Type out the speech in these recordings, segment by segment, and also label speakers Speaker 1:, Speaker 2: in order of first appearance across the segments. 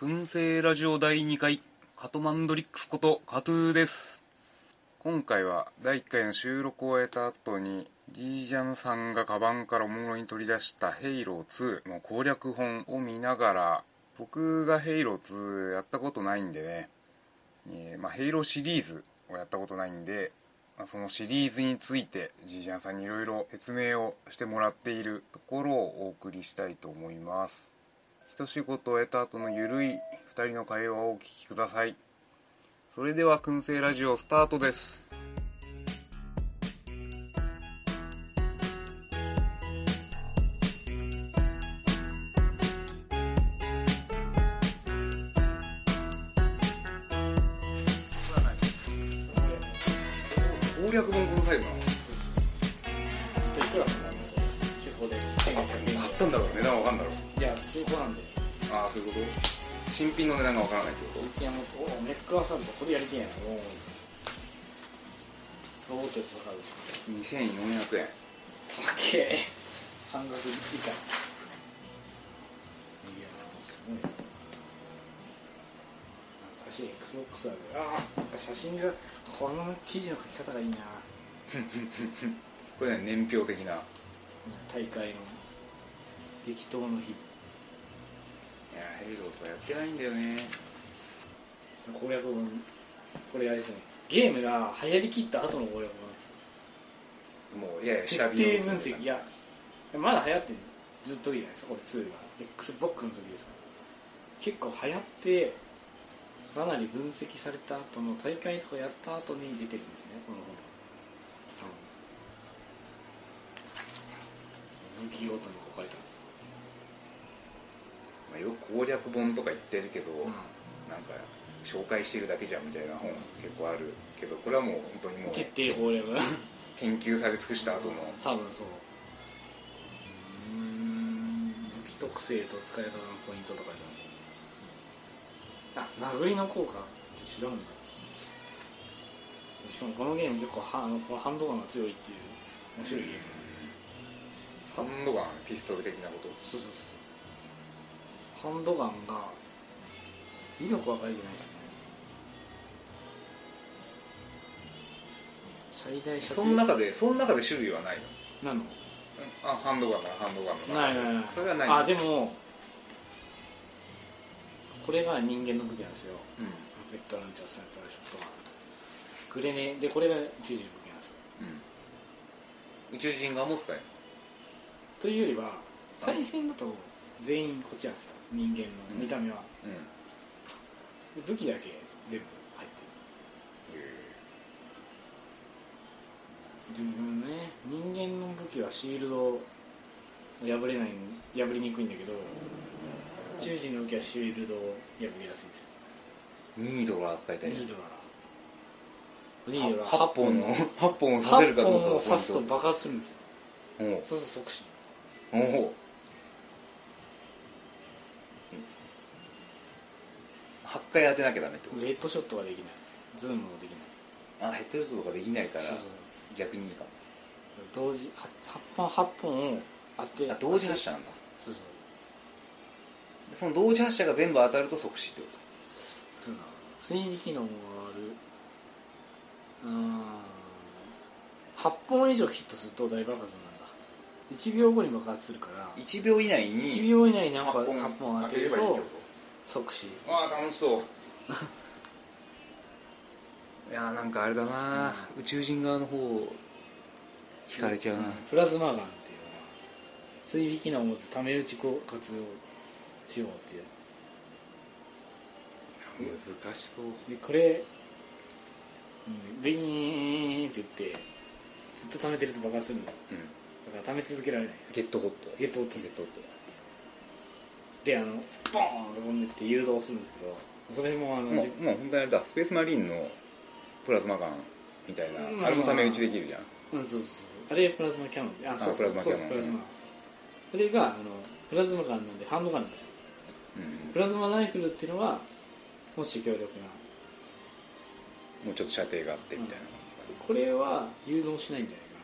Speaker 1: 燻製ラジオ第2回カトマンドリックスことカトゥーです今回は第1回の収録を終えた後に D ジャムさんがカバンからおもむろに取り出した「ヘイロー2」の攻略本を見ながら僕が「ヘイロー2」やったことないんでね、えーまあ、ヘイローシリーズをやったことないんでまあそのシリーズについてジージャンさんにいろいろ説明をしてもらっているところをお送りしたいと思います一仕事を終えた後のゆるい2人の会話をお聞きくださいそれでは燻製ラジオスタートです攻略本このサイズなの
Speaker 2: いくらかかるの中古で。
Speaker 1: 買ったんだろう値段わかんだろう
Speaker 2: いや、中古なんで。
Speaker 1: ああそういうこと新品の値段がわからないってこ
Speaker 2: いや、もう、おネックはさるとこれやりてえな、もう。ロボットやつわかる。
Speaker 1: と2400円
Speaker 2: たっけえ。半額以下。いや、すごいな。懐かしい XBOX だね。ああ、写真が、この記事の書き方がいいな。
Speaker 1: これね年表的な
Speaker 2: 大会の激闘の日。
Speaker 1: いやヘイローとかやってないんだよね
Speaker 2: 攻略本、これあれですね。ゲームが流行りきった後の攻略本です。
Speaker 1: もういやいや
Speaker 2: 徹
Speaker 1: 下
Speaker 2: 底
Speaker 1: 火
Speaker 2: 分析いやまだ流行ってるずっといいじゃないですかこれ2が XBOX の時ですから結構流行ってかなり分析された後の大会とかやった後に出てるんですねこの本多分武器ごとにこう書いて
Speaker 1: まあ、よく攻略本とか言ってるけど、
Speaker 2: ある
Speaker 1: なんか紹介してるだけじゃんみたいな本結構あるけどこれはもう本当にもう
Speaker 2: 徹底攻略
Speaker 1: 研究され尽くした後の
Speaker 2: 多分そううーん武器特性と使い方のポイントとかでもあ殴りの効果違うんだしかもこのゲーム結構はあのこのハンドガンが強いっていう面白いゲ
Speaker 1: ハ
Speaker 2: ーム
Speaker 1: ンドガンピストル的なこと
Speaker 2: そうそうそうハンドガンが威力は書いてないですね最大射程
Speaker 1: その中でその中で種類はないの
Speaker 2: なの
Speaker 1: あハンドガンならハンドガンの中
Speaker 2: ないないない
Speaker 1: それはない
Speaker 2: あでもこれが人間の武器なんですよ
Speaker 1: うん
Speaker 2: ベッドランチャースナイパーショットガングレネでこれが宇宙人の武器なんですよ
Speaker 1: うん宇宙人が持つかい
Speaker 2: というよりは対戦だと全員こっちなんですよ人間の見た目は、
Speaker 1: うんへ
Speaker 2: で武器だけ全部入ってる自分のね人間の武器はシールドを破れない破りにくいんだけど宇宙人の武器はシールドを破りやすいです
Speaker 1: えニードラー使いたい
Speaker 2: ニードラニードラ
Speaker 1: 8本の8本を刺せる
Speaker 2: 8
Speaker 1: かどうか
Speaker 2: 本を刺すと
Speaker 1: ポイン
Speaker 2: 爆発するんですよ
Speaker 1: トおう
Speaker 2: そうそう即死
Speaker 1: おお8回当てなきゃダメってこと
Speaker 2: ヘッドショットができないズームもできない
Speaker 1: あヘッドショットとかできないから
Speaker 2: そうそう
Speaker 1: 逆にいいかも
Speaker 2: 同時 8, 本8本を当て
Speaker 1: あ同時
Speaker 2: 当て
Speaker 1: 発射なんだ
Speaker 2: そうそう
Speaker 1: でその同時発射が全部当たると即死ってこ
Speaker 2: そうそう推理機能もあるうーん8本以上ヒットすると大爆発なんだ1秒後に爆発するから
Speaker 1: と1秒以内
Speaker 2: 1
Speaker 1: に
Speaker 2: 秒以内になんか
Speaker 1: 8
Speaker 2: 8本
Speaker 1: 本
Speaker 2: 当
Speaker 1: 当
Speaker 2: て
Speaker 1: て
Speaker 2: る
Speaker 1: ればいいって
Speaker 2: と
Speaker 1: こ
Speaker 2: 即死
Speaker 1: とわあ楽しそう いやーなんかあれだな、宇宙人側の方引かれちゃうな、
Speaker 2: プラズマガンっていうのは追尾機能を持つため打ちこう活用しようっていう
Speaker 1: 難しそう
Speaker 2: でこれ、うん、ビーンって言ってずっと溜めてると爆発するんだだ
Speaker 1: うん
Speaker 2: から溜め続けられない
Speaker 1: ゲットホット
Speaker 2: ゲットホット
Speaker 1: ゲットホット
Speaker 2: であのボーンと飛んできて誘導するんですけどそれもあの、
Speaker 1: も
Speaker 2: じ
Speaker 1: うもう本当にあれだスペースマリンのプラズマガンみたいな、
Speaker 2: うん
Speaker 1: あれもため打ちできるじゃん、
Speaker 2: うんそうそうそうあれプラズマキャノンであそうそう
Speaker 1: プラズマキャノン
Speaker 2: そうそうプラズマそれがあのプラズマガンなんでハンドガンなんですよ
Speaker 1: うん
Speaker 2: プラズマナイフルっていうのはもし強力な
Speaker 1: もうちょっと射程があってみたいな、
Speaker 2: これは誘導しないんじゃないかな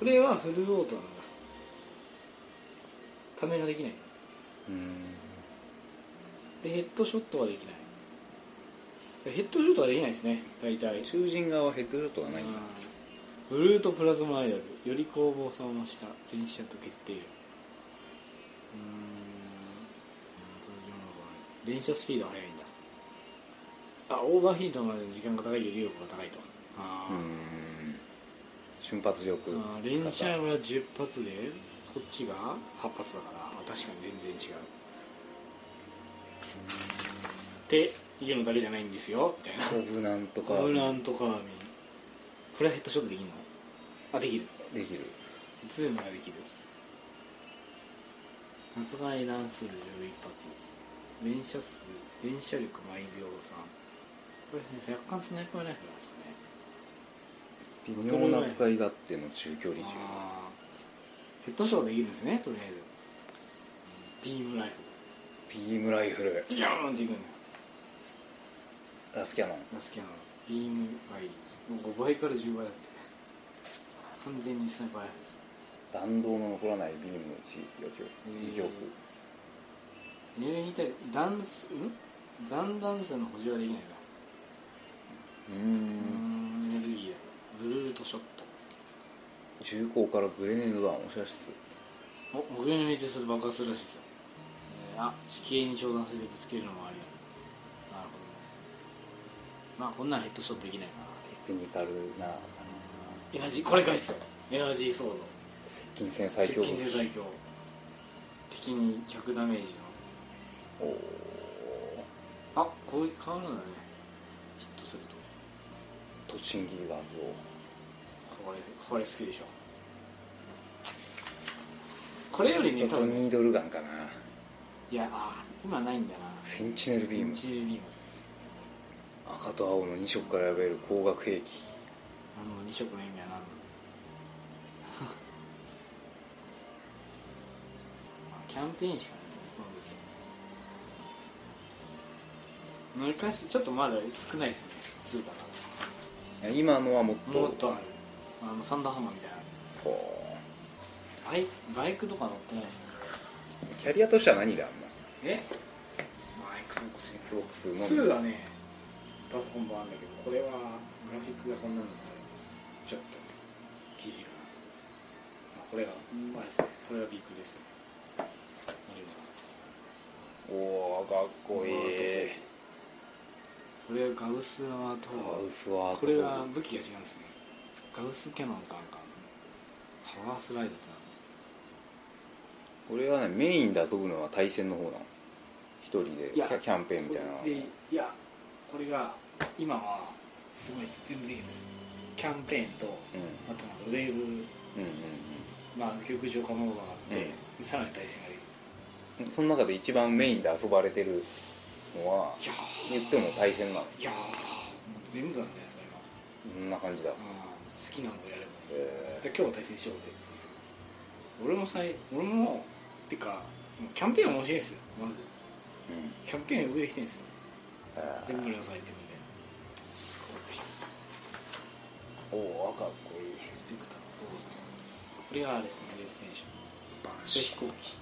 Speaker 2: これはフルオートなんだためができない
Speaker 1: うん
Speaker 2: でヘッドショットはできないヘッドショットはできないですね大体
Speaker 1: 囚人側はヘッドショットがないんだ
Speaker 2: ブルートプラズマアイドルより攻防さを増した連射と決定力うーん通常の場合連射スピードは速いんだあオーバーヒートまでの時間が高いより力が高いとあ
Speaker 1: うー
Speaker 2: ー
Speaker 1: ん瞬発力
Speaker 2: あー連射は10発でこっちが8発だからあ確かに全然違うっていうのだけじゃないんですよみたいな
Speaker 1: コブナントカ
Speaker 2: ブラ
Speaker 1: ー
Speaker 2: ントカービンこれはヘッドショットできんのあできる
Speaker 1: できる
Speaker 2: ズームができる発売乱数11発連射数連射力毎秒3これですね若干スナイパーライフルなんですかね
Speaker 1: 微妙な使い勝手の中距離銃
Speaker 2: あーヘッドショットできるんですねとりあえずビームライフ
Speaker 1: ビームライフル
Speaker 2: ルビヨーンっていくんだ
Speaker 1: ラスキャノン
Speaker 2: ラスキャノンビーム倍率もう5倍から10倍だって完全にスナイパーライフルです
Speaker 1: 弾道の残らないビームの地域を威力
Speaker 2: 入れに対ダンスん残弾数の補充はできないな
Speaker 1: うー
Speaker 2: うー
Speaker 1: ん
Speaker 2: んエネルギーだブルートショッ
Speaker 1: 銃口からグレネード弾を射出
Speaker 2: トお目標に命中する爆発するらしいですよ、えーあ地形に昇段するぶつけるのもありなるほどまあこんなんヘッドショットできないかな
Speaker 1: テクニカルな
Speaker 2: エナジーこれかいっすよエナジーソード
Speaker 1: 接近戦最強
Speaker 2: 接近戦最強敵に100ダメージ
Speaker 1: おー
Speaker 2: のあ攻撃変わるんだねヒットすると
Speaker 1: 栃木技を
Speaker 2: これこれ好きでしょこれよりね多
Speaker 1: ト
Speaker 2: 分
Speaker 1: ニードルガンかない
Speaker 2: やあー今ないんだな
Speaker 1: センチネルビーム
Speaker 2: チービーム
Speaker 1: 赤と青の2色から選べる光学兵器
Speaker 2: あの二色の意味は何なの まあキャンペーンしかないねこの武器昔ちょっとまだ少ないですねスーパ
Speaker 1: いや今のはもっ
Speaker 2: ー
Speaker 1: と
Speaker 2: がもっとあるあのサンダーハンマーみたいな
Speaker 1: ほ
Speaker 2: バイバイクとか乗ってないですね
Speaker 1: ーキャリアとしては何があんの
Speaker 2: えバイクそうかし
Speaker 1: ボックスのみ
Speaker 2: 2はねパソコン版あんだけどこれはグラフィックがこんなのでちょっと記事があこれがあれですねこれはビッグですね
Speaker 1: おーかっこいい
Speaker 2: これはガウスワート
Speaker 1: ガウスワー
Speaker 2: これは武器が違うんですねガウスキャノンかなんかパワースライドってなんだ
Speaker 1: これはねメインで遊ぶのは対戦の方なの一人で
Speaker 2: い
Speaker 1: キ
Speaker 2: や
Speaker 1: ャキャンペーンみたいな
Speaker 2: これでいやこれが今はすごい全部できるんですキャンペーンと
Speaker 1: うん
Speaker 2: あとなんかウェーブ
Speaker 1: うん
Speaker 2: まあ、極上化モードがあって、さらに対戦ができる。
Speaker 1: うんうんその中で一番メインで遊ばれてるのはい
Speaker 2: や
Speaker 1: 言っても対戦なの
Speaker 2: ー、いやー、もう全部なんじゃないですか、今。
Speaker 1: こんな感じだ
Speaker 2: うん、好きなのをやればい
Speaker 1: え
Speaker 2: い。じゃあ今日は対戦しようぜっていう。俺もさい、俺も、てか、もうキャンペーン面白いですよ、まず。
Speaker 1: ーうん
Speaker 2: キャンペーン上できてるんですよ。
Speaker 1: あ
Speaker 2: 全部
Speaker 1: ー
Speaker 2: に抑えてるんで。
Speaker 1: おおかっこいい
Speaker 2: スペクター、ゴースト。これがあれですね、レース選手。
Speaker 1: バ
Speaker 2: これ飛行機。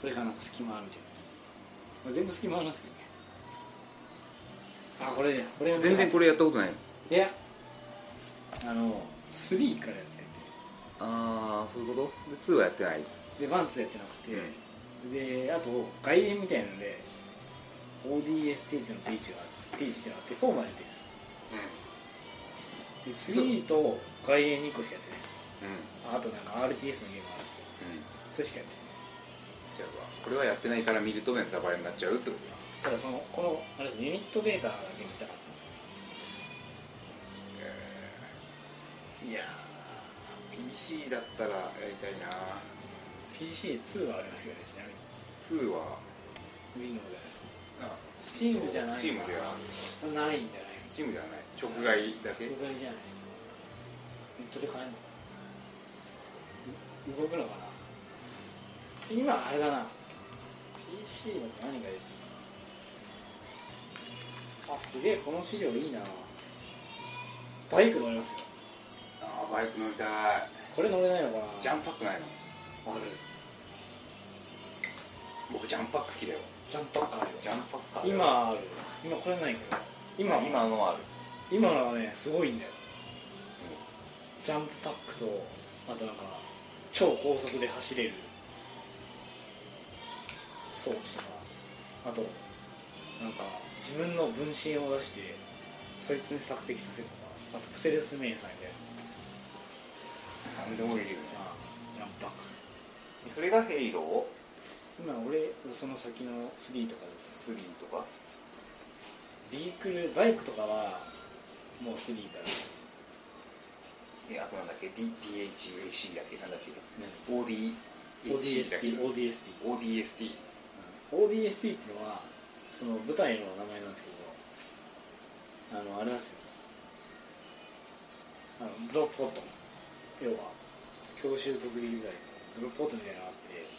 Speaker 2: これがなんか隙間あるみたいな。まあ、全部隙間ありますけどね。あ、これね、これはね
Speaker 1: 全然これやったことない
Speaker 2: いや、あの、3からやって
Speaker 1: ああそういうことで2はやってない
Speaker 2: て、で、ワン、ツーやってなくて、で、あと、外伝みたいなので、ODST っていうの定位置があって、定位置じゃなくて、4まで出てるんですよ。で、3と外伝2個しかやってないです。
Speaker 1: うんうん
Speaker 2: ああとなんか RTS のゲームあるんですよ。それしかやって
Speaker 1: じゃあこれはやってないから見るとネタバレになっちゃうってことだ
Speaker 2: ない。ただその、この、あれですユニットデータだけ見たかった。いや
Speaker 1: PC だったらやりたいな
Speaker 2: ー、PC2 はありますけどね、ちなみに。
Speaker 1: 2は
Speaker 2: Windows じゃないですか。
Speaker 1: あ
Speaker 2: Steam じゃない
Speaker 1: Steam では
Speaker 2: ないんじゃないですか。
Speaker 1: Steam ではない直外だけ
Speaker 2: 動かないじゃないですかネットで買えるのかな動くのかな今あれだな PC だと何が出てるあすげえこの資料いいなバイク乗りますよ
Speaker 1: ああバイク乗りたい
Speaker 2: これ乗れないのかな
Speaker 1: ジャンパックないの
Speaker 2: ある
Speaker 1: 僕ジャンパック好きだよ
Speaker 2: ジャンパッカーよ
Speaker 1: ジャンパッカーだよ
Speaker 2: 今ある今これないけど今
Speaker 1: 今
Speaker 2: 今
Speaker 1: のある
Speaker 2: 今のはねすごいんだよジャンプパックとあとなんか超高速で走れる装置とかあとなんか自分の分身を出してそいつに索敵させるとかあとプセルス迷彩みたい
Speaker 1: 何でもいるよね
Speaker 2: なまあジャンプパック
Speaker 1: それがヘイロ
Speaker 2: 今俺その先の3とかです
Speaker 1: ー3とか
Speaker 2: ビークルバイクとかはもう3から
Speaker 1: えあとなんだっけ DDHAC だっけなんだっけ
Speaker 2: 何
Speaker 1: ODHC だっけ
Speaker 2: ODST、ODST。
Speaker 1: ODST
Speaker 2: ODST っていうのは、その舞台の名前なんですけど、あの、あれなんですよ。あの、ドロップポット。要は、教習突撃部隊ドロップポットみたいなのがあって、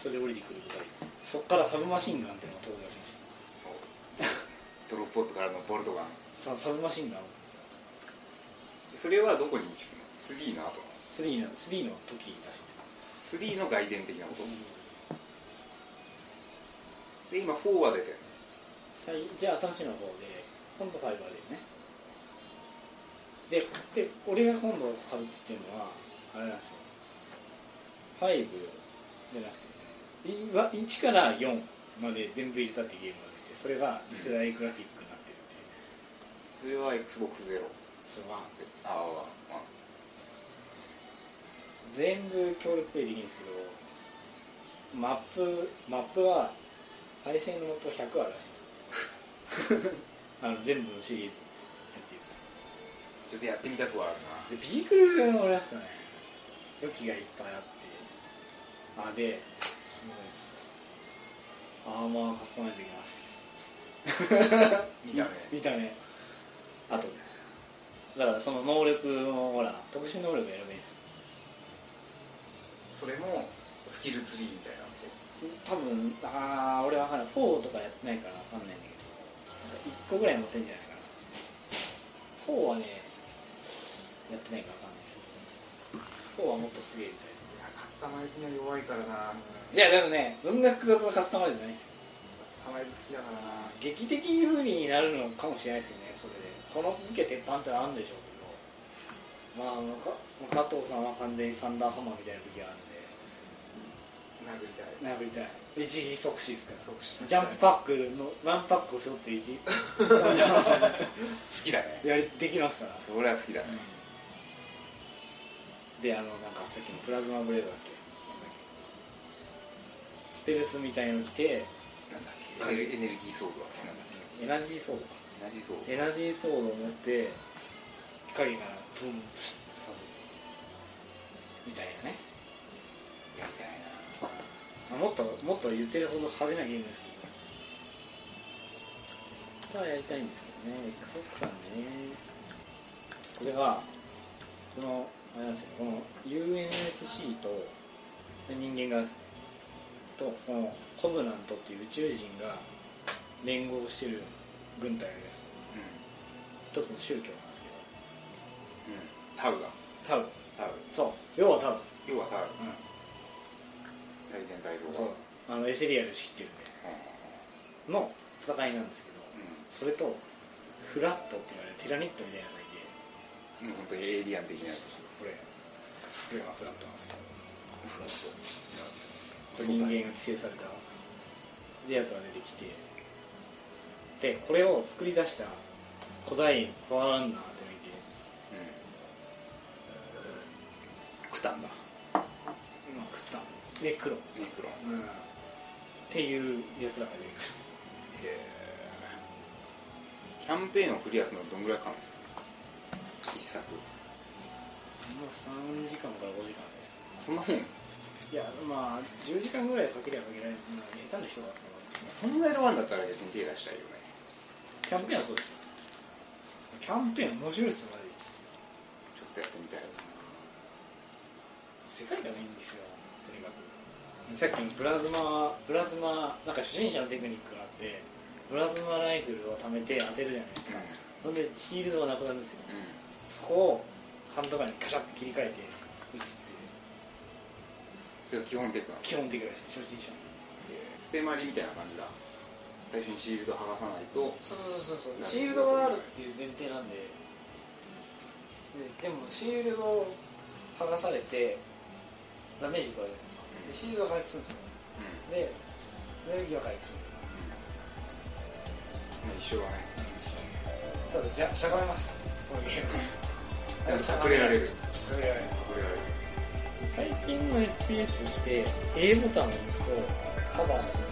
Speaker 2: それで降りてくる部隊。そっからサブマシンガンっていうのが登場しまし
Speaker 1: ドロップオットからのボルトガン
Speaker 2: た。ササブマシンガンを撃
Speaker 1: それはどこに位置するの3の後なんで
Speaker 2: つんですよ。3の、3の時らしいです
Speaker 1: 3の外伝的なこと
Speaker 2: すよ。
Speaker 1: で今4は出てる
Speaker 2: はい、じゃあ新しいの方で、今度ファイバーでね。で、で、俺が今度買うって言ってるのは、あれなんですよ。ファイブじゃなくて、い1から4まで全部入れたっていうゲームが出て、それが次世代グラフィックになってるってい
Speaker 1: それ
Speaker 2: う。
Speaker 1: は XBOX0
Speaker 2: そのまあ
Speaker 1: ああああ
Speaker 2: 全部協力プレイできるんですけど、マップ、マップは、対戦のマップは100あるらしいんですよ。 あの全部のシリーズやってる。
Speaker 1: ちょっとやってみたくはある
Speaker 2: でビークルがおりましたね武器がいっぱいあってあですごいですアーマーカスタマイズできます
Speaker 1: 見た目
Speaker 2: 見た目あとだからその能力もほら特殊能力やればいいんですよ
Speaker 1: それもスキルツリーみたいなのと
Speaker 2: 多分ああ俺わかんない4とかやってないからわかんないんだけど1個ぐらい持ってんじゃないかな4はねやってないからわかんないですけど4はもっとすげえみたい
Speaker 1: いやカスタマイズには弱いからな
Speaker 2: ないやでもね文学複雑なカスタマイズじゃないですよ
Speaker 1: カスタマイズ好きだからな
Speaker 2: 劇的不利になるのかもしれないですよね、それで。この受け鉄板ってのはあるんでしょうけど、まああのか、加藤さんは完全にサンダーハマーみたいな武器がある
Speaker 1: 殴りたい
Speaker 2: んで、殴りたい。一撃即死ですから。
Speaker 1: 即死
Speaker 2: ジャンプパックの、ワンパックを背負って一撃。
Speaker 1: 好きだね
Speaker 2: やり、できますから。
Speaker 1: それは好きだね
Speaker 2: で、あの、なんかさっきのプラズマブレードだっけなんだっけステルスみたいの着て、
Speaker 1: なんだっけエネルエネルギーソードだっけなんだっけ
Speaker 2: エナジーソードか。
Speaker 1: エナジーソード
Speaker 2: エナジーソードを持って影からブンスッとさせてみたいなね
Speaker 1: やりたいな
Speaker 2: まあもっともっと言ってるほど派手なゲームですけどまあやりたいんですけどね XOX さんねこれはこのあれなんですよこの UNSC と人間がとこのコブナントっていう宇宙人が連合してる軍隊があります
Speaker 1: う
Speaker 2: 一つの宗教なんですけど
Speaker 1: んうんタウだ
Speaker 2: タウ
Speaker 1: タウ
Speaker 2: そう要はタウ
Speaker 1: 要はタウ
Speaker 2: う
Speaker 1: 大前大道
Speaker 2: んそうあのエセリアル仕切ってる
Speaker 1: うん
Speaker 2: んでの戦いなんですけ
Speaker 1: う
Speaker 2: ど
Speaker 1: ん
Speaker 2: それとフラットって言われるティラニットみたいなやつがい
Speaker 1: うん
Speaker 2: て
Speaker 1: 本当にエイリアン的なやつ
Speaker 2: これこれがフラットなんですけど
Speaker 1: フラットそうだ
Speaker 2: 人間が規制されたでやつが出てきてでこれを作り出した古代フォアランナーっていうのがいて
Speaker 1: うんクタンだ
Speaker 2: 今食ったで黒
Speaker 1: ネクロン
Speaker 2: うんっていうやつらが出てくる
Speaker 1: キャンペーンをクリアするのはどんぐらいかかるの一作
Speaker 2: もう3時間から5時間です
Speaker 1: そんなもん
Speaker 2: いや、まあ、10時間ぐらいかけりゃかけられる、まあ、下手な人だと思う
Speaker 1: そんなやるわんだったら逆に手出したいよね
Speaker 2: キャンペーンはそうですよ。キャンペーン面白いっすよ、マ
Speaker 1: ちょっとやってみたい
Speaker 2: ジ。世界観がいいんですよ、とにかく。さっきのプラズマ、プラズマ、なんか初心者のテクニックがあって、プラズマライフルを貯めて当てるじゃないですか。それでシールドがなくなるんですよ。
Speaker 1: うん、うん、
Speaker 2: そこをハンドガンにガシャッと切り替えて撃つって
Speaker 1: それが
Speaker 2: いう、
Speaker 1: 基本テクなの
Speaker 2: 基本的な初心者の。
Speaker 1: ステマリみたいな感じだ最初にシールド剥がさないと
Speaker 2: そうそうそうそうシールドがあるっていう前提なんでででもシールドを剥がされてダメージ食らうじゃないですかでシールドが回復するんですよ
Speaker 1: うん、
Speaker 2: でエネルギーは回復するん
Speaker 1: まあ、一緒だね
Speaker 2: ですただじゃしゃがめますこのゲーム
Speaker 1: でも隠れられる
Speaker 2: 隠れられ
Speaker 1: 隠れ
Speaker 2: る
Speaker 1: られる
Speaker 2: 最近の FPS って A ボタンを押すとカバーの